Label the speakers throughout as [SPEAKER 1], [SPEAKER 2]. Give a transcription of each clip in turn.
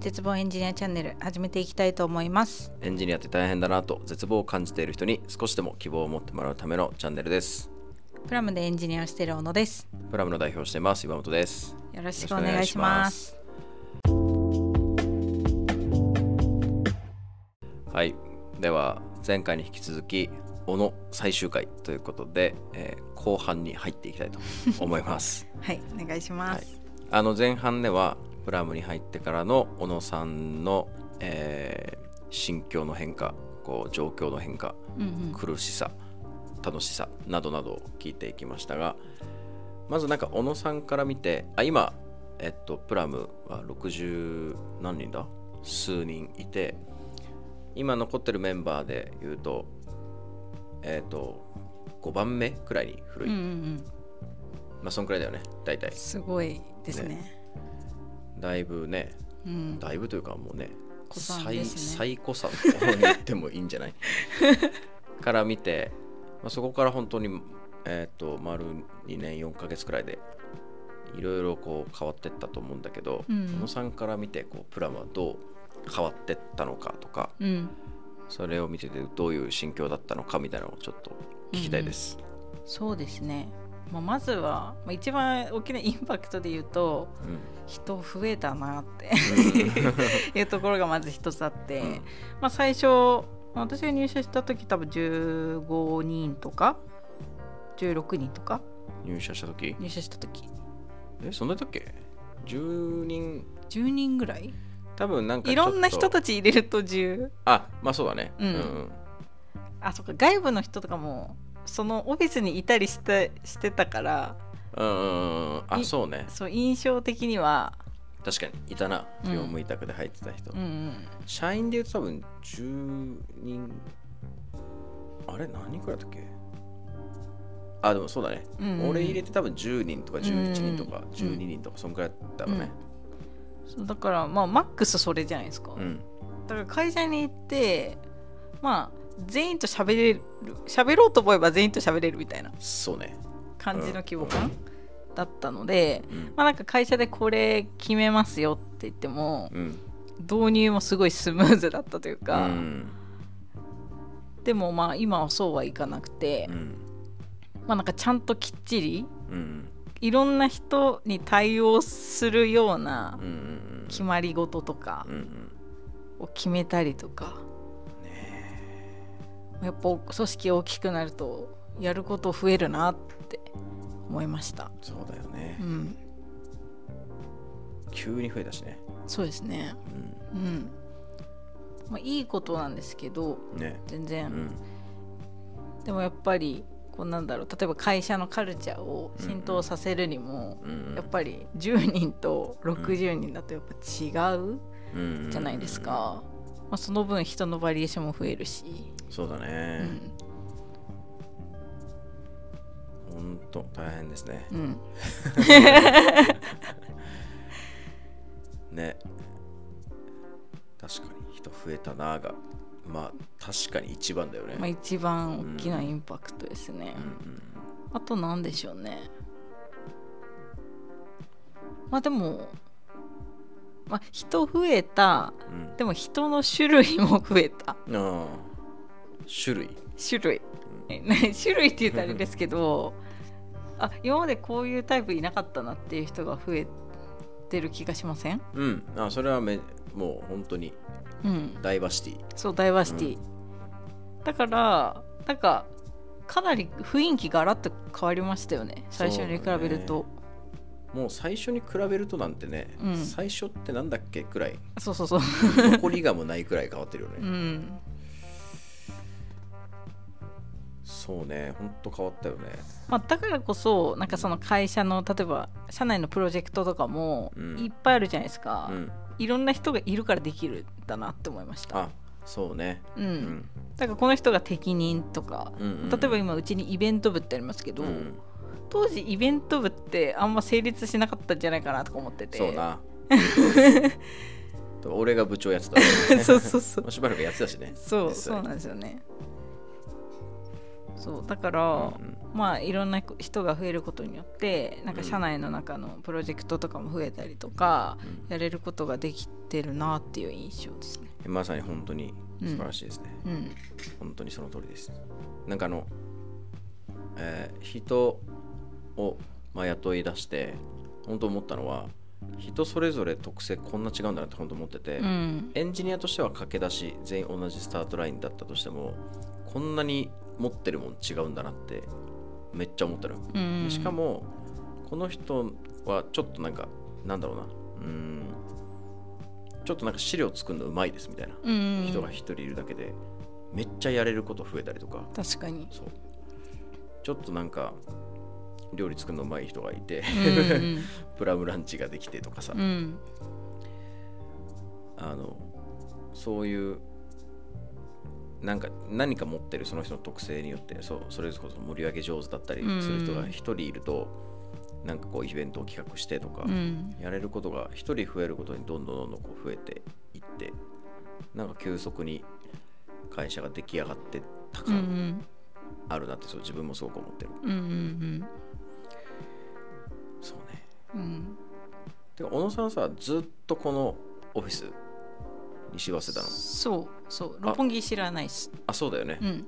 [SPEAKER 1] 絶望エンジニアチャンネル始めていきたいと思います
[SPEAKER 2] エンジニアって大変だなと絶望を感じている人に少しでも希望を持ってもらうためのチャンネルです。
[SPEAKER 1] プラムでエンジニアをしている小野です
[SPEAKER 2] プラムの代表をしています、岩本です。
[SPEAKER 1] よろしくお願いします
[SPEAKER 2] はい。では、前回に引き続き、小野最終回ということで、えー後半に入っていきたいと思います。
[SPEAKER 1] はいお願いします、
[SPEAKER 2] あの前半ではプラムに入ってからの小野さんの、えー心境の変化こう状況の変化、
[SPEAKER 1] うん
[SPEAKER 2] 苦しさ楽しさなどなどを聞いていきましたがまずなんか小野さんから見てあ今、えっと、プラムは60何人だ数人いて今残ってるメンバーで言うとえっと5番目くらいに古
[SPEAKER 1] うん
[SPEAKER 2] い、
[SPEAKER 1] うんうん
[SPEAKER 2] まあそんくらいだよね大体
[SPEAKER 1] すごいですね
[SPEAKER 2] だいぶね
[SPEAKER 1] うん
[SPEAKER 2] だいぶというかもうね
[SPEAKER 1] 古参
[SPEAKER 2] 最
[SPEAKER 1] ですね
[SPEAKER 2] 最古さと言ってもいいん じゃないから見て、まあ、そこから本当に、えー、と丸2年4ヶ月くらいでいろいろこう変わってったと思うんだけど、
[SPEAKER 1] うん
[SPEAKER 2] 小野さんから見てこうプラムはどう変わってったのかとか
[SPEAKER 1] うん
[SPEAKER 2] それを見ててどういう心境だったのかみたいなのをちょっと聞きたいです。
[SPEAKER 1] そうですねまあ、まずはまあ一番大きなインパクトで言うと
[SPEAKER 2] うん
[SPEAKER 1] 人増えたなって
[SPEAKER 2] うん
[SPEAKER 1] いうところがまず一つあって、
[SPEAKER 2] うん
[SPEAKER 1] まあ、最初私が入社した時多分15人とか16人とか
[SPEAKER 2] 入社した時
[SPEAKER 1] 入社した時
[SPEAKER 2] えそんな時っけ ?10 人
[SPEAKER 1] 10人ぐらい
[SPEAKER 2] 多分なんか
[SPEAKER 1] いろんな人
[SPEAKER 2] ちょった
[SPEAKER 1] ち入れると10
[SPEAKER 2] とあまあそうだね
[SPEAKER 1] うん
[SPEAKER 2] うん
[SPEAKER 1] あそっか外部の人とかもそのオフィスにいたりしてしてたから
[SPEAKER 2] うんうんうんあ
[SPEAKER 1] い
[SPEAKER 2] そうね
[SPEAKER 1] そう印象的には
[SPEAKER 2] 確かにいたな
[SPEAKER 1] うん
[SPEAKER 2] 業務委託で入ってた人、
[SPEAKER 1] うんうん
[SPEAKER 2] 社員で言うと多分10人あれ何人くらいだったっけあでもそうだね、
[SPEAKER 1] うんうん
[SPEAKER 2] 俺入れて多分10人とか11人とか
[SPEAKER 1] うん
[SPEAKER 2] 12人とかそんくらいだったのね
[SPEAKER 1] そうだからまあマックスそれじゃないですか、
[SPEAKER 2] うん、
[SPEAKER 1] だから会社に行ってまあ全員と喋れる喋ろうと思えば全員と喋れるみたいな
[SPEAKER 2] そうね
[SPEAKER 1] 感じの規模感だったので、
[SPEAKER 2] うん
[SPEAKER 1] まあなんか会社でこれ決めますよって言っても
[SPEAKER 2] うん
[SPEAKER 1] 導入もすごいスムーズだったというか、
[SPEAKER 2] うん
[SPEAKER 1] でもまあ今はそうはいかなくて、
[SPEAKER 2] うん
[SPEAKER 1] まあなんかちゃんときっちり
[SPEAKER 2] うん
[SPEAKER 1] いろんな人に対応するような
[SPEAKER 2] うんうん
[SPEAKER 1] 決まり事とか
[SPEAKER 2] うんうん
[SPEAKER 1] を決めたりとか、やっぱ組織大きくなるとやること増えるなって思いました。
[SPEAKER 2] そうだよね
[SPEAKER 1] う、ん、
[SPEAKER 2] 急に増えたしね
[SPEAKER 1] そうですね、
[SPEAKER 2] う
[SPEAKER 1] うんまあ、いいことなんですけど
[SPEAKER 2] んね
[SPEAKER 1] 全
[SPEAKER 2] う
[SPEAKER 1] 然、
[SPEAKER 2] ん
[SPEAKER 1] でもやっぱりこうなんだろう例えば会社のカルチャーを浸透させるにも、
[SPEAKER 2] うん
[SPEAKER 1] やっぱり10人と60人だとやっぱ違う
[SPEAKER 2] うん
[SPEAKER 1] じゃないですか、まあ、その分人のバリエーションも増えるし、
[SPEAKER 2] そうだ
[SPEAKER 1] う
[SPEAKER 2] ね、
[SPEAKER 1] ん
[SPEAKER 2] ほんと大変ですね。
[SPEAKER 1] うん
[SPEAKER 2] ね。確かに人増えたなあが、まあ確かに一番だよね。
[SPEAKER 1] まあ、一番大きなインパクトですね、
[SPEAKER 2] うん
[SPEAKER 1] あと何でしょうねまあでも、まあ、人増えた
[SPEAKER 2] うんうん
[SPEAKER 1] でも人の種類も増えた
[SPEAKER 2] うんああ種類。
[SPEAKER 1] 種類えね種類って言うとあれですけどあ今までこういうタイプいなかったなっていう人が増えてる気がしません
[SPEAKER 2] うん。あそれはめもう本当に
[SPEAKER 1] うん
[SPEAKER 2] ダイバーシティ。
[SPEAKER 1] そうダイバーシティ、だからなんかかなり雰囲気がガラッと変わりましたよね最初に比べると
[SPEAKER 2] もう最初に比べるとなんてね、
[SPEAKER 1] うん
[SPEAKER 2] 最初ってなんだっけく らい
[SPEAKER 1] そう,、そうそう
[SPEAKER 2] 残りがもうないくらい変わってるよね、
[SPEAKER 1] うん
[SPEAKER 2] そうねほんと変わったよね
[SPEAKER 1] まあ、だからこそなんかその会社の例えば社内のプロジェクトとかも
[SPEAKER 2] うん
[SPEAKER 1] いっぱいあるじゃないですか、
[SPEAKER 2] うん
[SPEAKER 1] いろんな人がいるからできるんだなって思いました、
[SPEAKER 2] あそうね
[SPEAKER 1] うん
[SPEAKER 2] うん
[SPEAKER 1] だからこの人が適任とか、
[SPEAKER 2] うんうんうん
[SPEAKER 1] 例えば今うちにイベント部ってありますけど、
[SPEAKER 2] うん
[SPEAKER 1] 当時イベント部ってあんま成立しなかったんじゃないかなとか思ってて
[SPEAKER 2] そうな。俺が部長やって た。
[SPEAKER 1] そうそうそう
[SPEAKER 2] しばらくやってたしね。
[SPEAKER 1] そう
[SPEAKER 2] 実際
[SPEAKER 1] そうなんですよねそうだから、
[SPEAKER 2] うん
[SPEAKER 1] まあいろんな人が増えることによってなんか社内の中のプロジェクトとかも増えたりとか、
[SPEAKER 2] うん
[SPEAKER 1] やれることができてるなっていう印象ですね。
[SPEAKER 2] まさに本当に素晴らしいですね、
[SPEAKER 1] うん、
[SPEAKER 2] 本当にその通りですなんかあの、えー人を、まあ、雇い出して本当思ったのは人それぞれ特性こんな違うんだなって本当思ってて、
[SPEAKER 1] うん
[SPEAKER 2] エンジニアとしては駆け出し全員同じスタートラインだったとしてもこんなに持ってるもん違うんだなってめっちゃ思ったのよ
[SPEAKER 1] うん
[SPEAKER 2] でしかもこの人はちょっとなんかなんだろうなうーんちょっとなんか資料作るのうまいですみたいな
[SPEAKER 1] うん
[SPEAKER 2] 人が一人いるだけでめっちゃやれること増えたりとか
[SPEAKER 1] 確か に、
[SPEAKER 2] そうちょっとなんか料理作るのうまい人がいて
[SPEAKER 1] うん
[SPEAKER 2] プラムランチができてとかさ
[SPEAKER 1] うん うん、
[SPEAKER 2] あのそういうなんか何か持ってるその人の特性によってそうそれこそ盛り上げ上手だったりする人
[SPEAKER 1] う
[SPEAKER 2] が
[SPEAKER 1] ん
[SPEAKER 2] 一人いると、なんかこうイベントを企画してとか、
[SPEAKER 1] うん
[SPEAKER 2] やれることが一人増えることにどんどんどんどんこう増えていってなんか急速に会社が出来上がってた
[SPEAKER 1] うんう
[SPEAKER 2] 感
[SPEAKER 1] ん
[SPEAKER 2] あるなって、そう自分もすごく思ってる
[SPEAKER 1] うんうん
[SPEAKER 2] そうね
[SPEAKER 1] うんうん
[SPEAKER 2] で小野さんさずっとこのオフィス西早稲田の
[SPEAKER 1] そうそう六本木知らないし、
[SPEAKER 2] あそうだよね、
[SPEAKER 1] うん、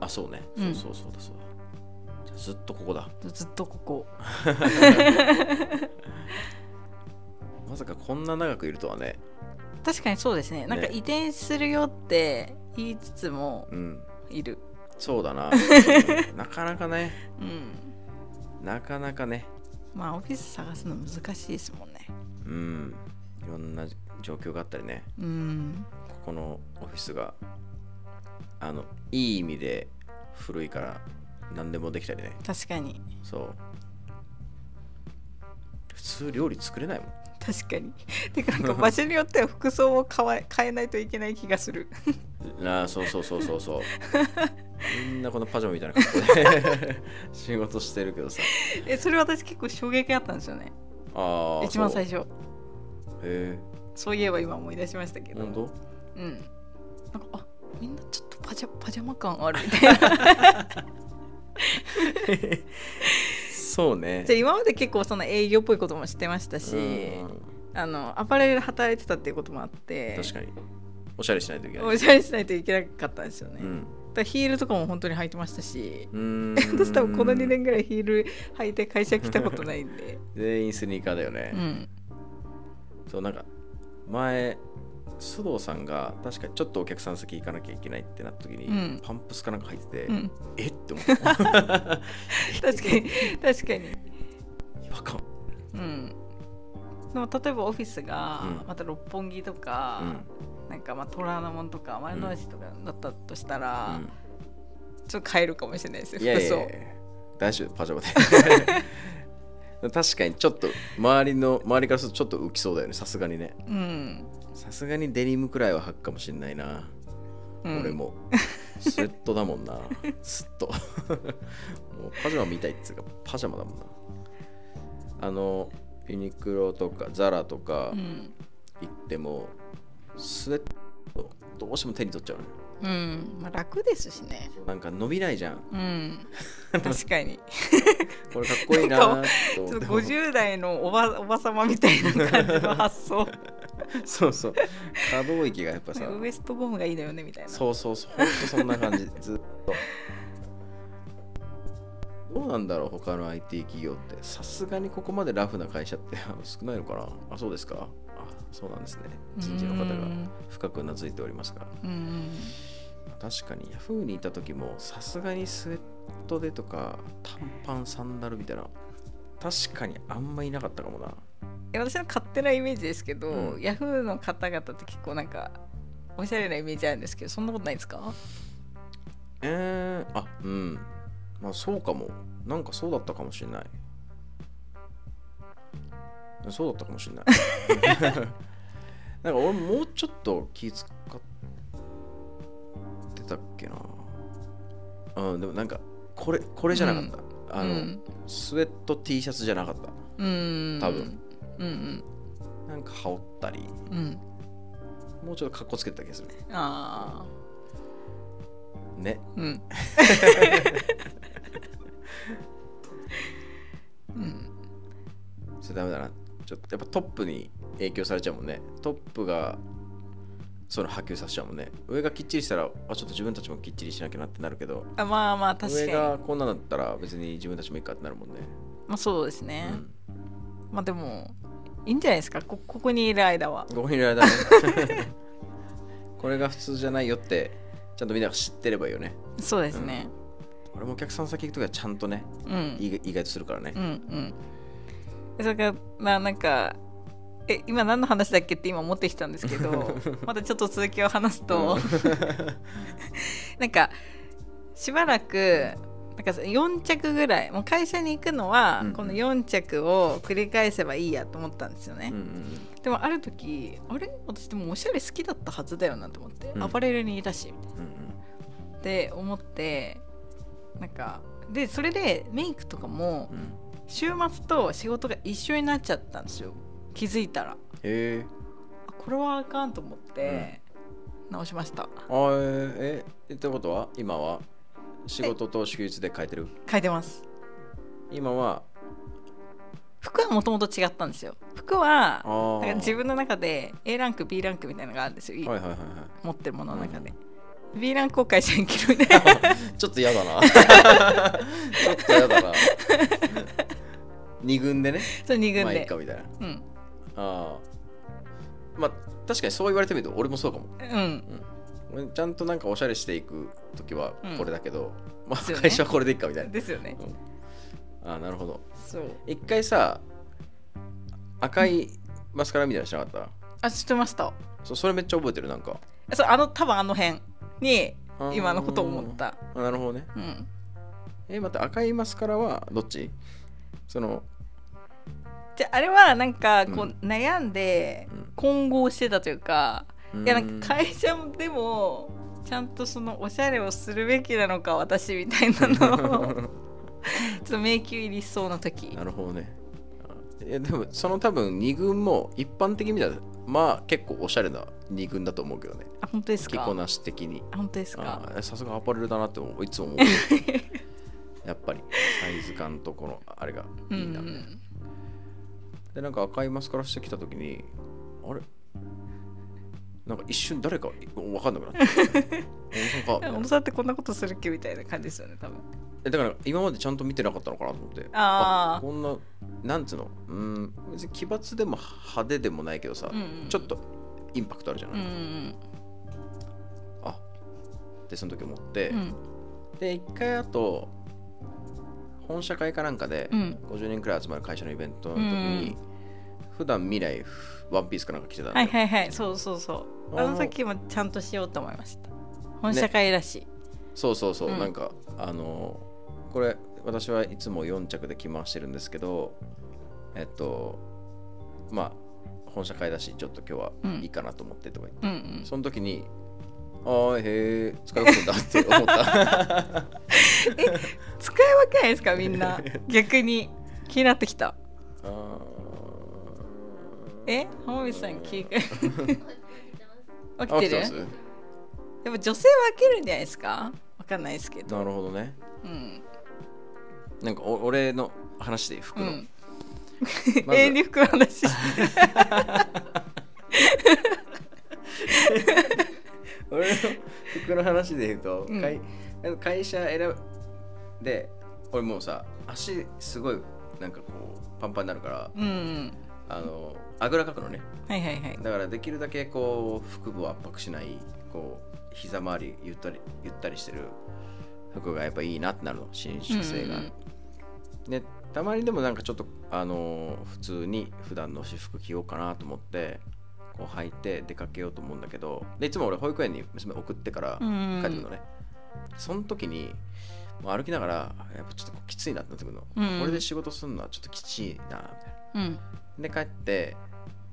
[SPEAKER 2] あそうね、
[SPEAKER 1] うん
[SPEAKER 2] そうそうそうだそうだじゃあずっとここだ
[SPEAKER 1] ずずっとここ
[SPEAKER 2] まさかこんな長くいるとはね
[SPEAKER 1] 確かにそうですねなんか移転するよって言いつつも
[SPEAKER 2] うん
[SPEAKER 1] いる、
[SPEAKER 2] そう だななかなかね
[SPEAKER 1] うん、
[SPEAKER 2] なかなかね
[SPEAKER 1] まあオフィス探すの難しいですもんね
[SPEAKER 2] うんいろんな状況があったりね
[SPEAKER 1] うん
[SPEAKER 2] ここのオフィスがあのいい意味で古いから何でもできたりね
[SPEAKER 1] 確かに
[SPEAKER 2] そう普通料理作れないもん
[SPEAKER 1] 確かに てかなん か場所によっては服装を変え変えないといけない気がする
[SPEAKER 2] ああそうそうそうそうそうみんなこのパジャマみたいな格好で 仕事してるけどさ
[SPEAKER 1] えそれ私結構衝撃あったんですよね
[SPEAKER 2] ああ
[SPEAKER 1] 一番最初
[SPEAKER 2] 初へ
[SPEAKER 1] そういえば今思い出しましたけ
[SPEAKER 2] え
[SPEAKER 1] ど
[SPEAKER 2] 本当
[SPEAKER 1] うんなんかあみんなちょっとパジャパジャマ感あるみたい なじゃ
[SPEAKER 2] そうね
[SPEAKER 1] あ今まで結構その営業っぽいこともしてましたし
[SPEAKER 2] うん
[SPEAKER 1] あのアパレルで働いてたっていうこともあって
[SPEAKER 2] 確かにおしゃれしないといけない
[SPEAKER 1] おしゃれしないといけなかったんですよね、
[SPEAKER 2] う
[SPEAKER 1] だか
[SPEAKER 2] ん
[SPEAKER 1] らヒールとかも本当に履いてましたし
[SPEAKER 2] うーん
[SPEAKER 1] 私多分この2年ぐらいヒール履いて会社来たことないん で
[SPEAKER 2] 全員スニーカーだよね、
[SPEAKER 1] うん
[SPEAKER 2] そうなんか前須藤さんが確かにちょっとお客さん先行かなきゃいけないってなった時に、
[SPEAKER 1] うん
[SPEAKER 2] パンプスかなんか入ってて、
[SPEAKER 1] う ん
[SPEAKER 2] えって 思った違
[SPEAKER 1] 確かに確かに
[SPEAKER 2] 和感
[SPEAKER 1] うんでも例えばオフィスが
[SPEAKER 2] うん
[SPEAKER 1] また六本木と
[SPEAKER 2] う
[SPEAKER 1] か
[SPEAKER 2] ん、
[SPEAKER 1] なんかまあ虎ノ門とか丸の内とかだったとしたら、
[SPEAKER 2] う
[SPEAKER 1] ちょっと変えるかもしれないですよ
[SPEAKER 2] ん、いやいやいや
[SPEAKER 1] 服
[SPEAKER 2] 大丈夫パジャマ で確かにちょっと周りの周りからするとちょっと浮きそうだよねさすがにね
[SPEAKER 1] 装うん、
[SPEAKER 2] さすがにデニムくらいは履くかもしんないな、
[SPEAKER 1] うん、
[SPEAKER 2] 俺もスウェットだもん なずっと もうパジャマみたいっつうかパジャマだもんなあのユニクロとかザラとか
[SPEAKER 1] うん、
[SPEAKER 2] 行っても、スウェットどうしても手に取っちゃうのよ
[SPEAKER 1] うんまあ、楽ですしね
[SPEAKER 2] なんか伸びないじゃん
[SPEAKER 1] うん 確かに
[SPEAKER 2] これかっこいいなーと
[SPEAKER 1] ち
[SPEAKER 2] 思
[SPEAKER 1] ょ
[SPEAKER 2] っ
[SPEAKER 1] ってと
[SPEAKER 2] も
[SPEAKER 1] 50代のおばおばさまみたいな感じの発想
[SPEAKER 2] そうそう可動域がやっぱさ
[SPEAKER 1] ウエストゴムがいいのよねみたいな
[SPEAKER 2] そうそうそうほんとそんな感じずっとどうなんだろう他の IT 企業ってさすがにここまでラフな会社って少ないのかなあそうですかあそうなんですね人事の方
[SPEAKER 1] う
[SPEAKER 2] が
[SPEAKER 1] ん
[SPEAKER 2] 深くうなずいておりますが
[SPEAKER 1] うん
[SPEAKER 2] 確かにヤフーにいた時もさすがにスウェットでとか短パンサンダルみたいな確かにあんまいなかったかもな
[SPEAKER 1] え私の勝手なイメージですけど、
[SPEAKER 2] うん
[SPEAKER 1] ヤフーの方々って結構なんかおしゃれなイメージあるんですけどそんなことないですか
[SPEAKER 2] えー、あうんまあそうかもなんかそうだったかもしれないそうだったかもしれないなんか俺もうちょっと気使ってたっけなうんでもなんかこれこれじゃなかった、あの、
[SPEAKER 1] うん
[SPEAKER 2] スウェット T シャツじゃなかった
[SPEAKER 1] うん
[SPEAKER 2] 多分
[SPEAKER 1] うん
[SPEAKER 2] なんか羽織ったり
[SPEAKER 1] うんうん
[SPEAKER 2] もうちょっとかっこつけてた気がする
[SPEAKER 1] あ
[SPEAKER 2] ね
[SPEAKER 1] うん。うん、
[SPEAKER 2] それダメだなちょっとやっぱトップに影響されちゃうもんねトップがその波及させちゃうもんね上がきっちりしたらあちょっと自分たちもきっちりしなきゃなってなるけど
[SPEAKER 1] あまあまあ確か
[SPEAKER 2] 上
[SPEAKER 1] に、
[SPEAKER 2] がこんなんだったら別に自分たちもいいかってなるもんね、
[SPEAKER 1] まあ、そうです
[SPEAKER 2] う
[SPEAKER 1] ね、
[SPEAKER 2] ん、
[SPEAKER 1] まあでもいいんじゃないですかこここにいる間は
[SPEAKER 2] ごめんねだね これが普通じゃないよってちゃんとみんなが知ってればいいよね
[SPEAKER 1] そうですね、
[SPEAKER 2] 俺もお客さん先行くときはちゃんとね
[SPEAKER 1] うん、
[SPEAKER 2] 意外意外とするからね
[SPEAKER 1] うんうんそれからななんかえ今何の話だっけって今持ってきたんですけ どまたちょっと続きを話すと、なんかしばらくなんか4着ぐらいもう会社に行くのは、
[SPEAKER 2] うんうん
[SPEAKER 1] この4着を繰り返せばいいやと思ったんですよね
[SPEAKER 2] うん、うん
[SPEAKER 1] でもある時あれ私でもおしゃれ好きだったはずだよなと思って、
[SPEAKER 2] うん
[SPEAKER 1] アパレルにいたしみたいな
[SPEAKER 2] うん
[SPEAKER 1] って思ってなんかでそれでメイクとかも
[SPEAKER 2] うんうん
[SPEAKER 1] 週末と仕事が一緒になっちゃったんですよ気づいたら
[SPEAKER 2] へえ
[SPEAKER 1] あこれはあかんと思って直しました
[SPEAKER 2] あーええってことは今は仕事と祝日で変えてる
[SPEAKER 1] 変えてます
[SPEAKER 2] 今は
[SPEAKER 1] 服はもともと違ったんですよ服は
[SPEAKER 2] あー
[SPEAKER 1] なんか自分の中で A ランク B ランクみたいなのがあるんですよ、
[SPEAKER 2] はいはいはい
[SPEAKER 1] 持ってるものの中で、B ランクを会社に着る みたいな
[SPEAKER 2] はいちょっと嫌 だなちょっと嫌だな二軍でね
[SPEAKER 1] それ2軍
[SPEAKER 2] まあいい
[SPEAKER 1] で
[SPEAKER 2] か、みたいな
[SPEAKER 1] うん
[SPEAKER 2] ああまあ確かにそう言われてみると俺もそうかも
[SPEAKER 1] うん
[SPEAKER 2] 俺ちゃんとなんかおしゃれしていく時はこれだけど、ま
[SPEAKER 1] です
[SPEAKER 2] あ
[SPEAKER 1] よね
[SPEAKER 2] 会社はこれでいいかみたいな、
[SPEAKER 1] ですよね
[SPEAKER 2] ああなるほど
[SPEAKER 1] そう
[SPEAKER 2] 一回さ赤いマスカラみたいなのしなかった、
[SPEAKER 1] あ知ってました
[SPEAKER 2] そそれめっちゃ覚えてるなんか
[SPEAKER 1] そうあの多分あの辺に今のことを思っ
[SPEAKER 2] あ
[SPEAKER 1] た
[SPEAKER 2] ーなるほどね
[SPEAKER 1] うん
[SPEAKER 2] え待って赤いマスカラはどっちその、
[SPEAKER 1] じゃああれはなんかこう、
[SPEAKER 2] うん
[SPEAKER 1] 悩んで
[SPEAKER 2] うん
[SPEAKER 1] 混合してたというか、
[SPEAKER 2] う
[SPEAKER 1] いやなんか会社でもちゃんとそのおしゃれをするべきなのか私みたいな のをちょっと迷宮入りしそうな時
[SPEAKER 2] なるほどねあえでもその多分2軍も一般的に見たらまあ結構おしゃれな2軍だと思うけどね
[SPEAKER 1] あ本当です
[SPEAKER 2] 着
[SPEAKER 1] か
[SPEAKER 2] こなし的に
[SPEAKER 1] あ本当ですか
[SPEAKER 2] あーさすがアパレルだなって思ういつも思う やっぱりサイズ感とこのあれが
[SPEAKER 1] う
[SPEAKER 2] い
[SPEAKER 1] ん
[SPEAKER 2] いな、でなんか赤いマスカラしてきた時にあれなんか一瞬誰か分かんなくなって小野 さん
[SPEAKER 1] う
[SPEAKER 2] か
[SPEAKER 1] ん小野さんってこんなことするっけみたいな感じですよね多分
[SPEAKER 2] えだから今までちゃんと見てなかったのかなと思って
[SPEAKER 1] あー
[SPEAKER 2] こんななんつうのうん別に奇抜でも派手でもないけどさ、
[SPEAKER 1] うんうん
[SPEAKER 2] ちょっとインパクトあるじゃ
[SPEAKER 1] う
[SPEAKER 2] ない、
[SPEAKER 1] ん
[SPEAKER 2] あってその時思って、
[SPEAKER 1] うん
[SPEAKER 2] で一回あと本社会かなんかで、
[SPEAKER 1] うん
[SPEAKER 2] 50人くらい集まる会社のイベントの時に、普段未来ワンピースかなんか着てたんだ
[SPEAKER 1] はい
[SPEAKER 2] よ、
[SPEAKER 1] はいはいそうそうそう
[SPEAKER 2] あ
[SPEAKER 1] あ
[SPEAKER 2] の
[SPEAKER 1] の時もちゃんとしようと思いました本社会らしい、
[SPEAKER 2] そうそうそう、
[SPEAKER 1] うん
[SPEAKER 2] なんかあのこれ私はいつも4着で着回してるんですけどえっとまあ本社会だしちょっと今日はいいかなと思ってとか言って、
[SPEAKER 1] うんうん
[SPEAKER 2] その時に「ああへえ使い込んだ」って 思った
[SPEAKER 1] 使い分けないですかみん な逆に気になってきた
[SPEAKER 2] あー
[SPEAKER 1] え浜口さん気 が起
[SPEAKER 2] あ
[SPEAKER 1] きてる
[SPEAKER 2] ま
[SPEAKER 1] やっ
[SPEAKER 2] す
[SPEAKER 1] ぱ女性は起きるんじゃないですかわかんないですけど
[SPEAKER 2] なるほどね
[SPEAKER 1] うん、
[SPEAKER 2] なんかお俺の話でいい服
[SPEAKER 1] う
[SPEAKER 2] の、
[SPEAKER 1] ん、
[SPEAKER 2] まず
[SPEAKER 1] 永遠に服の 話
[SPEAKER 2] 俺の服の話で言うと、
[SPEAKER 1] うん
[SPEAKER 2] 会なんか会社選ぶで俺もうさ足すごいなんかこうパンパンになるから
[SPEAKER 1] うんうん
[SPEAKER 2] あのあぐらかくのね
[SPEAKER 1] はいはいはい
[SPEAKER 2] だからできるだけこう腹部を圧迫しないこう膝周りゆったりゆったりしてる服がやっぱいいなってなるの伸縮性がある、でたまにでもなんかちょっとあのー普通に普段の私服着ようかなと思ってこう履いて出かけようと思うんだけどでいつも俺保育園に娘送ってから
[SPEAKER 1] うん
[SPEAKER 2] 帰ってくるのね、その時にもう歩きながらやっぱちょっとこうきついなってなってくるの、
[SPEAKER 1] うん
[SPEAKER 2] これで仕事するのはちょっときついなみたいな
[SPEAKER 1] うん
[SPEAKER 2] で帰って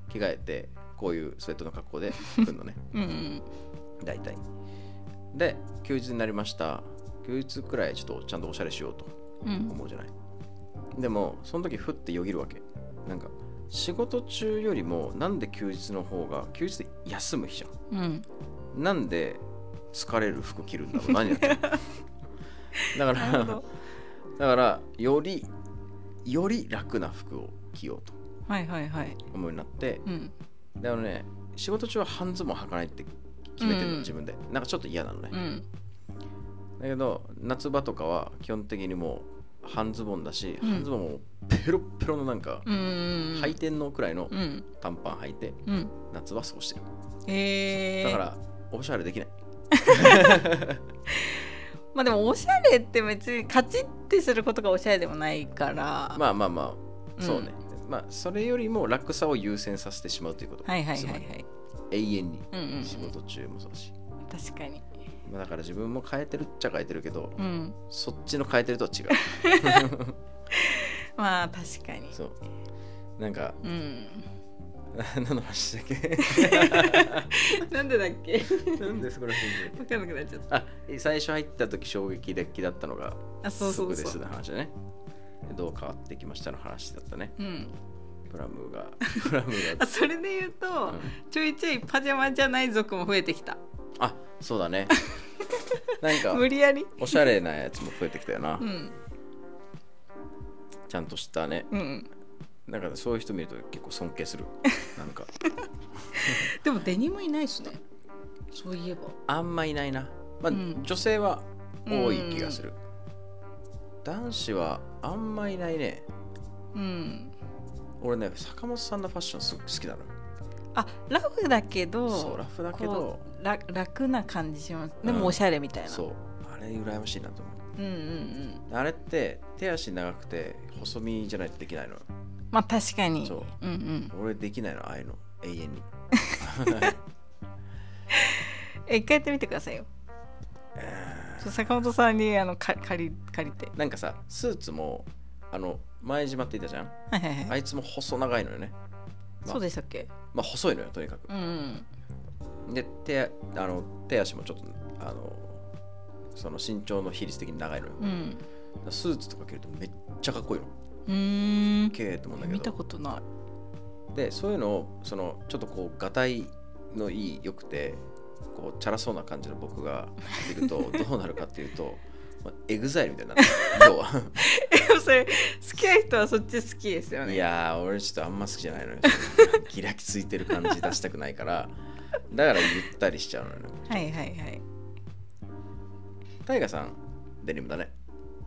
[SPEAKER 2] 着替えてこういうスウェットの格 好で来るのね
[SPEAKER 1] うんうん
[SPEAKER 2] 大体で休日になりました休日くらいちょっとちゃんとおしゃれしようと
[SPEAKER 1] うん
[SPEAKER 2] 思うじゃないでもその時ふってよぎるわけなんか仕事中よりもなんで休日の方が休日で休む日じゃ
[SPEAKER 1] うん
[SPEAKER 2] んなんで疲れる服着るんだろう何 やってるだか
[SPEAKER 1] なるほ
[SPEAKER 2] ら
[SPEAKER 1] ど
[SPEAKER 2] だからよりより楽な服を着ようと
[SPEAKER 1] はいはいはい
[SPEAKER 2] 思うようになって
[SPEAKER 1] うん
[SPEAKER 2] だからね仕事中は半ズボン履かないって決めてる
[SPEAKER 1] うん
[SPEAKER 2] の自分でなんかちょっと嫌なのね、
[SPEAKER 1] うん
[SPEAKER 2] だけど夏場とかは基本的にもう半ズボンだし、
[SPEAKER 1] うん
[SPEAKER 2] 半ズボンもペロッペロのなんか、
[SPEAKER 1] うん
[SPEAKER 2] 履いてんのくらいの
[SPEAKER 1] うん
[SPEAKER 2] 短パン履いて
[SPEAKER 1] うん
[SPEAKER 2] 夏はそうしてる
[SPEAKER 1] えー、
[SPEAKER 2] だからおしゃれできない
[SPEAKER 1] まあでもおしゃれって別にカチッてすることがおしゃれでもないから、
[SPEAKER 2] まあまあまあ
[SPEAKER 1] うん
[SPEAKER 2] そうね、まあそれよりも楽さを優先させてしまうということ
[SPEAKER 1] はいはいはい
[SPEAKER 2] つ
[SPEAKER 1] は
[SPEAKER 2] まり
[SPEAKER 1] い
[SPEAKER 2] 永遠に
[SPEAKER 1] うんうんうん
[SPEAKER 2] 仕事中もそうだし、
[SPEAKER 1] 確かに
[SPEAKER 2] まあ、だから自分も変えてるっちゃ変えてるけど
[SPEAKER 1] うん
[SPEAKER 2] そっちの変えてるとは違う
[SPEAKER 1] まあ確かに
[SPEAKER 2] そうなんか
[SPEAKER 1] うん
[SPEAKER 2] 何の話だっけ
[SPEAKER 1] なんでだっけ
[SPEAKER 2] なんでそこら辺で
[SPEAKER 1] 分かんなくなっちゃっ
[SPEAKER 2] あ最初入った時衝撃的だったのが
[SPEAKER 1] たあそうそう
[SPEAKER 2] で
[SPEAKER 1] そ
[SPEAKER 2] す
[SPEAKER 1] う
[SPEAKER 2] の話だねどう変わってきましたの話だったね
[SPEAKER 1] うん、
[SPEAKER 2] プラムが プラム
[SPEAKER 1] あ
[SPEAKER 2] が、
[SPEAKER 1] それで言うと、
[SPEAKER 2] うん
[SPEAKER 1] ちょいちょいパジャマじゃない族も増えてきた
[SPEAKER 2] あそうだねなんか
[SPEAKER 1] 無理やり
[SPEAKER 2] おしゃれなやつも増えてきたよな、
[SPEAKER 1] うん
[SPEAKER 2] ちゃんとしたね
[SPEAKER 1] うん
[SPEAKER 2] なんかそういう人見ると結構尊敬するなんか
[SPEAKER 1] でもデニムいないっすねそういえば
[SPEAKER 2] あんまいないなまあ、
[SPEAKER 1] うん
[SPEAKER 2] 女性は多い気がする、男子はあんまいないね
[SPEAKER 1] うん
[SPEAKER 2] 俺ね坂本さんのファッションすごく好きなの
[SPEAKER 1] あラフだけど
[SPEAKER 2] そうラフだけど
[SPEAKER 1] こうら楽な感じしますで
[SPEAKER 2] うん
[SPEAKER 1] もおしゃれみたいな、
[SPEAKER 2] そうあれ羨ましいなと思う
[SPEAKER 1] うんうんうん
[SPEAKER 2] あれって手足長くて細身じゃないとできないの
[SPEAKER 1] まあ確かに
[SPEAKER 2] そ
[SPEAKER 1] うんうん
[SPEAKER 2] 俺できないのああいうの永遠に
[SPEAKER 1] え一回やってみてくださいよちょっと坂本さんにあのか借り借りて
[SPEAKER 2] なんかさスーツもあの前島っていたじゃん
[SPEAKER 1] はいはいはい、
[SPEAKER 2] あいつも細長いのよねま
[SPEAKER 1] そうでしたっけ
[SPEAKER 2] まあ細いのよとにかく
[SPEAKER 1] うんうん
[SPEAKER 2] で手あの手足もちょっとあのその身長の比率的に長いのよ、
[SPEAKER 1] う
[SPEAKER 2] だか
[SPEAKER 1] ん
[SPEAKER 2] らスーツとか着るとめっちゃかっこいいの
[SPEAKER 1] うーん
[SPEAKER 2] けえと思うんだけ
[SPEAKER 1] 見た
[SPEAKER 2] ど
[SPEAKER 1] ことない
[SPEAKER 2] でそういうのをそのちょっとこうがたいのいいよくてこうチャラそうな感じの僕がい るとどうなるかっていうと、まあ、エグザイルみたいになる要は
[SPEAKER 1] でもそれ好きな人 はそっち好きですよね
[SPEAKER 2] いやー俺ちょっとあんま好きじゃないのよギラついてる感じ出したくないからだからゆったりしちゃうのよ
[SPEAKER 1] はいはいはい
[SPEAKER 2] タイガさんデニムだね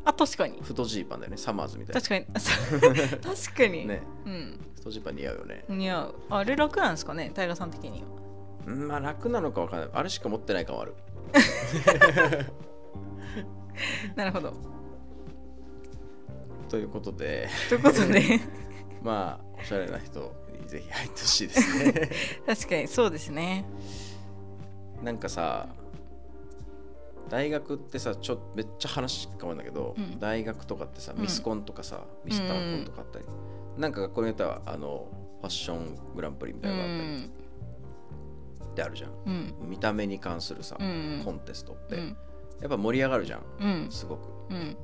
[SPEAKER 1] あ確かに
[SPEAKER 2] 太ジーパンだよねサマーズみたいな
[SPEAKER 1] 確かにあそう 確かに、
[SPEAKER 2] ね
[SPEAKER 1] うん
[SPEAKER 2] 太ジーパン似合うよね
[SPEAKER 1] 似合うあれ楽なんですかね平さん的には
[SPEAKER 2] うんまあ楽なのかわかんないあれしか持ってない感はある
[SPEAKER 1] なるほど
[SPEAKER 2] ということで
[SPEAKER 1] ということ で
[SPEAKER 2] まあおしゃれな人にぜひ入ってほしいですね
[SPEAKER 1] 確かにそうですね
[SPEAKER 2] なんかさ大学ってさちょめっちゃ話変わるんだけど、
[SPEAKER 1] うん
[SPEAKER 2] 大学とかってさ
[SPEAKER 1] ん
[SPEAKER 2] ミスコンとかさ、ミスターコンとかあったり、なんか学校によってはあのファッショングランプリみ
[SPEAKER 1] う
[SPEAKER 2] たいなのがあったり
[SPEAKER 1] ん
[SPEAKER 2] ってあるじゃん、
[SPEAKER 1] うん
[SPEAKER 2] 見た目に関するさ、
[SPEAKER 1] うん
[SPEAKER 2] コンテストって、
[SPEAKER 1] う
[SPEAKER 2] や
[SPEAKER 1] ん
[SPEAKER 2] っぱ盛り上がるじゃん
[SPEAKER 1] うん
[SPEAKER 2] すごく
[SPEAKER 1] うん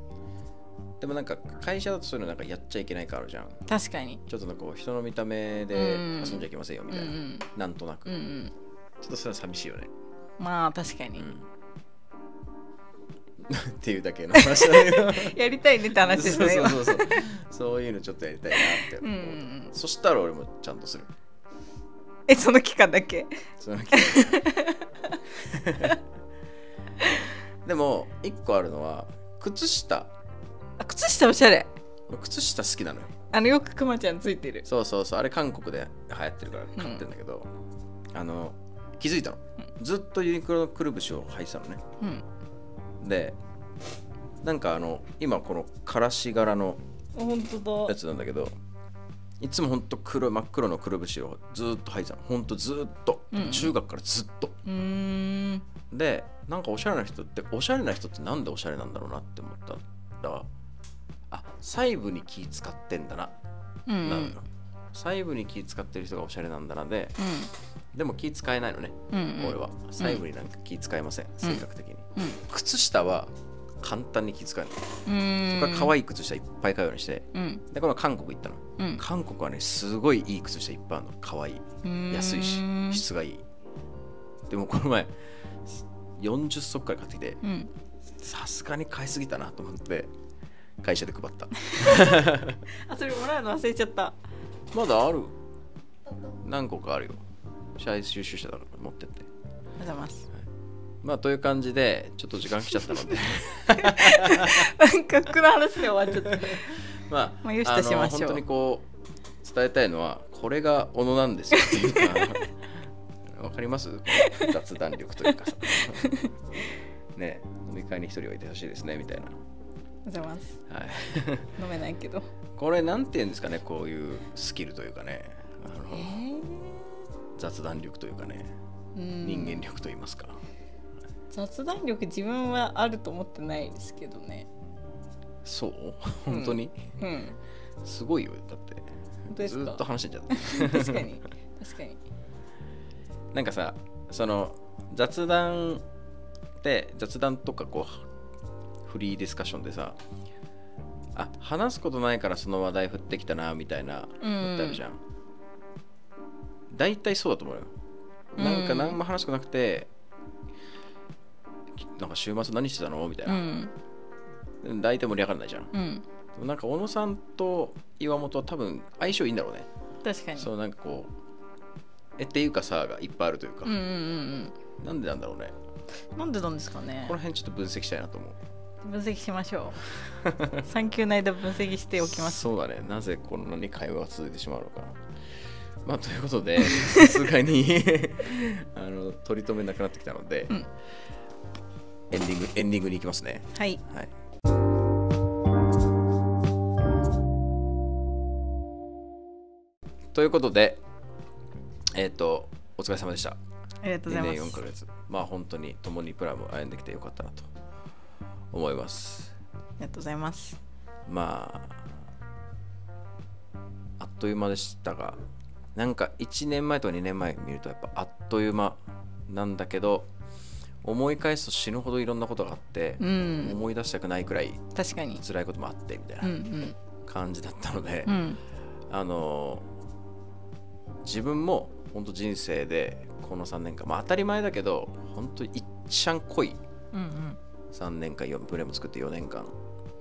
[SPEAKER 2] でもなんか会社だとそういうのなんかやっちゃいけないからあるじゃん
[SPEAKER 1] 確かに
[SPEAKER 2] ちょっとなんかこう人の見た目で
[SPEAKER 1] うん
[SPEAKER 2] 遊んじゃいけませんよみ
[SPEAKER 1] うん
[SPEAKER 2] た
[SPEAKER 1] う
[SPEAKER 2] いな、
[SPEAKER 1] ん
[SPEAKER 2] なんとなく、
[SPEAKER 1] うんうん
[SPEAKER 2] ちょっとそれは寂しいよね、
[SPEAKER 1] まあ確かに、
[SPEAKER 2] うんっていうだけの話だけど
[SPEAKER 1] やりたいねって話ですね
[SPEAKER 2] そ
[SPEAKER 1] 今
[SPEAKER 2] うそうそうそうそういうのちょっとやりたいなって
[SPEAKER 1] うん
[SPEAKER 2] 思
[SPEAKER 1] う
[SPEAKER 2] う、
[SPEAKER 1] んうん
[SPEAKER 2] そしたら俺もちゃんとする
[SPEAKER 1] えその期間だけ
[SPEAKER 2] その気持ちでも一個あるのは靴下
[SPEAKER 1] あ靴下おしゃれ
[SPEAKER 2] 靴下好きなのよ
[SPEAKER 1] あのよくくまちゃんついてる
[SPEAKER 2] そうそうそうあれ韓国で流行ってるから買ってんだけど、あの気づいたの、ずっとユニクロのくるぶしを履いてたのね
[SPEAKER 1] うん
[SPEAKER 2] でなんかあの今このからし柄の
[SPEAKER 1] あ本当
[SPEAKER 2] や
[SPEAKER 1] だ
[SPEAKER 2] つなんだけどいつもほんと黒い真っ黒のくるぶしをずーっと履いてたのほんとずーっと、
[SPEAKER 1] うん
[SPEAKER 2] 中学からずっと
[SPEAKER 1] うーん
[SPEAKER 2] でなんかおしゃれな人っておしゃれな人ってなんでおしゃれなんだろうなって思ったらあ細部に気使ってんだな
[SPEAKER 1] うんうん
[SPEAKER 2] なのよ、細部に気使ってる人がおしゃれなんだなででも気使えないのね、
[SPEAKER 1] うんうん
[SPEAKER 2] 俺は細部になんか気使えません、性格的に、
[SPEAKER 1] うん
[SPEAKER 2] 靴下は簡単に気使えない、
[SPEAKER 1] うーん
[SPEAKER 2] 僕は可愛い靴下いっぱい買うようにして
[SPEAKER 1] うん
[SPEAKER 2] でこの韓国行ったの
[SPEAKER 1] うん
[SPEAKER 2] 韓国はねすごいいい靴下いっぱいあるの可愛い
[SPEAKER 1] うん
[SPEAKER 2] 安いし質がいいでもこの前40足から買ってきて
[SPEAKER 1] うん
[SPEAKER 2] さすがに買いすぎたなと思って会社で配った
[SPEAKER 1] あそれもらうの忘れちゃった
[SPEAKER 2] まだある何個かあるよ社員収集者だから持ってって
[SPEAKER 1] おはようございます
[SPEAKER 2] まあという感じでちょっと時間来ちゃったので
[SPEAKER 1] なんか服の話で終わっちゃった
[SPEAKER 2] まあ
[SPEAKER 1] まあよしとしましょう
[SPEAKER 2] あの本当にこう伝えたいのはこれが小野なんですよ っていうかわかりますこの雑談力という かさね飲み会に一人置いてほしいですねみたいな、
[SPEAKER 1] おはようございます
[SPEAKER 2] はい、
[SPEAKER 1] 飲めないけど
[SPEAKER 2] これなんて言うんですかねこういうスキルというかねあ
[SPEAKER 1] え
[SPEAKER 2] の雑談力というかね
[SPEAKER 1] うん
[SPEAKER 2] 人間力と言いますか、
[SPEAKER 1] 雑談力自分はあると思ってないですけどね
[SPEAKER 2] そう
[SPEAKER 1] うん
[SPEAKER 2] 本当に、
[SPEAKER 1] うん
[SPEAKER 2] すごいよだって
[SPEAKER 1] 本当です
[SPEAKER 2] ず
[SPEAKER 1] か
[SPEAKER 2] ーっと話してんじゃった
[SPEAKER 1] 確かに確かに
[SPEAKER 2] なんかさその雑談って雑談とかこうフリーディスカッションでさあ話すことないからその話題振ってきたなみたいな
[SPEAKER 1] うん
[SPEAKER 2] のってあるじゃん、大体そうだと思うよ
[SPEAKER 1] うん
[SPEAKER 2] なんか何も話すことなくて、なんか週末何してたのみたいうな、
[SPEAKER 1] ん
[SPEAKER 2] 大体盛り上がらないじゃんで
[SPEAKER 1] うん
[SPEAKER 2] もなんか小野さんと岩本は多分相性いいんだろうね
[SPEAKER 1] 確かに
[SPEAKER 2] そうなんかこうえっていうかさがいっぱいあるというか、
[SPEAKER 1] うんうんうん
[SPEAKER 2] なんでなんだろうね
[SPEAKER 1] うんなんでなんですかね
[SPEAKER 2] この辺ちょっと分析したいなと思う。
[SPEAKER 1] 分析しましょう産休の間分析しておきます
[SPEAKER 2] そうだね。なぜこんなに会話が続いてしまうのか。まあ、ということ で、さすがに あの取り留めなくなってきたので、
[SPEAKER 1] うん
[SPEAKER 2] エンディングエンディングに行きますね。
[SPEAKER 1] はい
[SPEAKER 2] はい。ということで、えっ、と、お疲れ様でした。
[SPEAKER 1] ありがとうご
[SPEAKER 2] 2
[SPEAKER 1] ざい
[SPEAKER 2] 年
[SPEAKER 1] ま
[SPEAKER 2] 4
[SPEAKER 1] す
[SPEAKER 2] ヶ月。まあ、本当に共にプラムを歩んできてよかったなと思います。
[SPEAKER 1] ありがとうございます
[SPEAKER 2] まああっという間でしたがなんか1年前と2年前見るとやっぱあっという間なんだけど思い返すと死ぬほどいろんなことがあって、
[SPEAKER 1] うん
[SPEAKER 2] 思い出したくないくらい
[SPEAKER 1] 確かに
[SPEAKER 2] 辛いこともあってみたい
[SPEAKER 1] うん
[SPEAKER 2] な感じだったので、
[SPEAKER 1] うんうん
[SPEAKER 2] あの自分も本当人生でこの3年間、まあ、当たり前だけど本当一番濃い
[SPEAKER 1] うん
[SPEAKER 2] 3年間ブレも作って4年間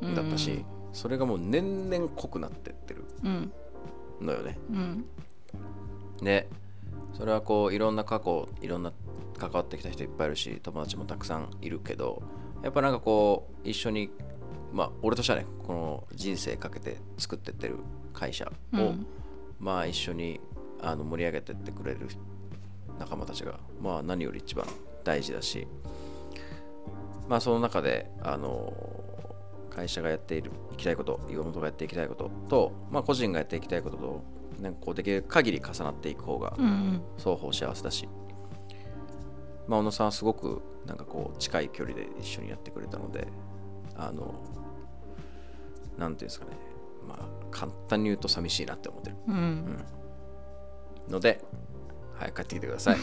[SPEAKER 1] うん
[SPEAKER 2] だったし、それがもう年々濃くなってってる
[SPEAKER 1] うん
[SPEAKER 2] のよね。
[SPEAKER 1] うん
[SPEAKER 2] でそれはこういろんな過去いろんな関わってきた人いっぱいいるし友達もたくさんいるけどやっぱなんかこう一緒にまあ俺としてはねこの人生かけて作ってってる会社を、
[SPEAKER 1] うん
[SPEAKER 2] まあ一緒にあの盛り上げてってくれる仲間たちがまあ何より一番大事だしまあその中であの会社がやっているいきたいこと岩本がやっていきたいことと、まあ、個人がやっていきたいこととなんかこうできる限り重なっていく方が
[SPEAKER 1] うんうん
[SPEAKER 2] 双方幸せだし、まあ、小野さんはすごくなんかこう近い距離で一緒にやってくれたのであのなんていうんですかねまあ簡単に言うと寂しいなって思ってる
[SPEAKER 1] うん
[SPEAKER 2] ので早く帰ってきてく ださい、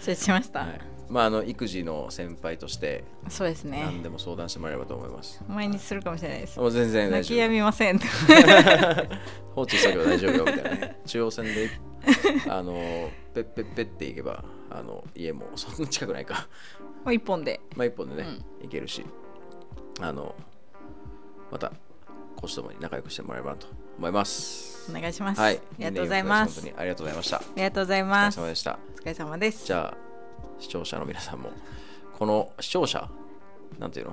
[SPEAKER 1] 承知しました
[SPEAKER 2] はいまああの育児の先輩として
[SPEAKER 1] そうですね
[SPEAKER 2] 何でも相談してもらえればと思います、
[SPEAKER 1] 毎日するかもしれないです
[SPEAKER 2] もう全然大
[SPEAKER 1] 泣き
[SPEAKER 2] 丈
[SPEAKER 1] やみません
[SPEAKER 2] 夫放置作業大丈夫よみたいなね 中央線であのペッペッペッって行けばあの家もそんな近くないか
[SPEAKER 1] もう一本で
[SPEAKER 2] まあ、一本でね、いけるし、あの、また、腰ともに仲良くしてもらえればなと思います。
[SPEAKER 1] お願いします、
[SPEAKER 2] はい。
[SPEAKER 1] ありがとうございま
[SPEAKER 2] 本
[SPEAKER 1] す
[SPEAKER 2] 当にありがとうございました。
[SPEAKER 1] ありがとうござい
[SPEAKER 2] お疲
[SPEAKER 1] ま
[SPEAKER 2] れ
[SPEAKER 1] す
[SPEAKER 2] 様でした。
[SPEAKER 1] お疲れ様です
[SPEAKER 2] じゃあ、視聴者の皆さんも、この視聴者、なんていうの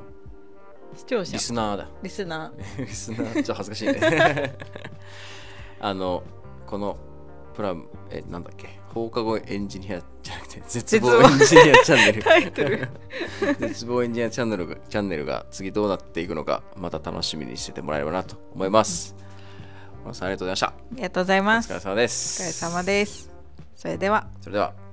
[SPEAKER 1] 視聴者
[SPEAKER 2] リスナーだ。
[SPEAKER 1] リスナ
[SPEAKER 2] リスナー、ちょっと恥ずかしいね。 あの、この、プラム、え、なんだっけ、放課後エンジニアじゃなくて、 絶望エンジニアチャンネル。
[SPEAKER 1] タイト ル
[SPEAKER 2] 絶望エンジニアチャンネル がチャンネルが次どうなっていくのか、また楽しみにしててもらえればなと思います。小野さんありがとうございました。
[SPEAKER 1] ーありがとうござい
[SPEAKER 2] お
[SPEAKER 1] ます
[SPEAKER 2] 疲れ様です。
[SPEAKER 1] お疲れ様ですそれでは
[SPEAKER 2] す。それでは。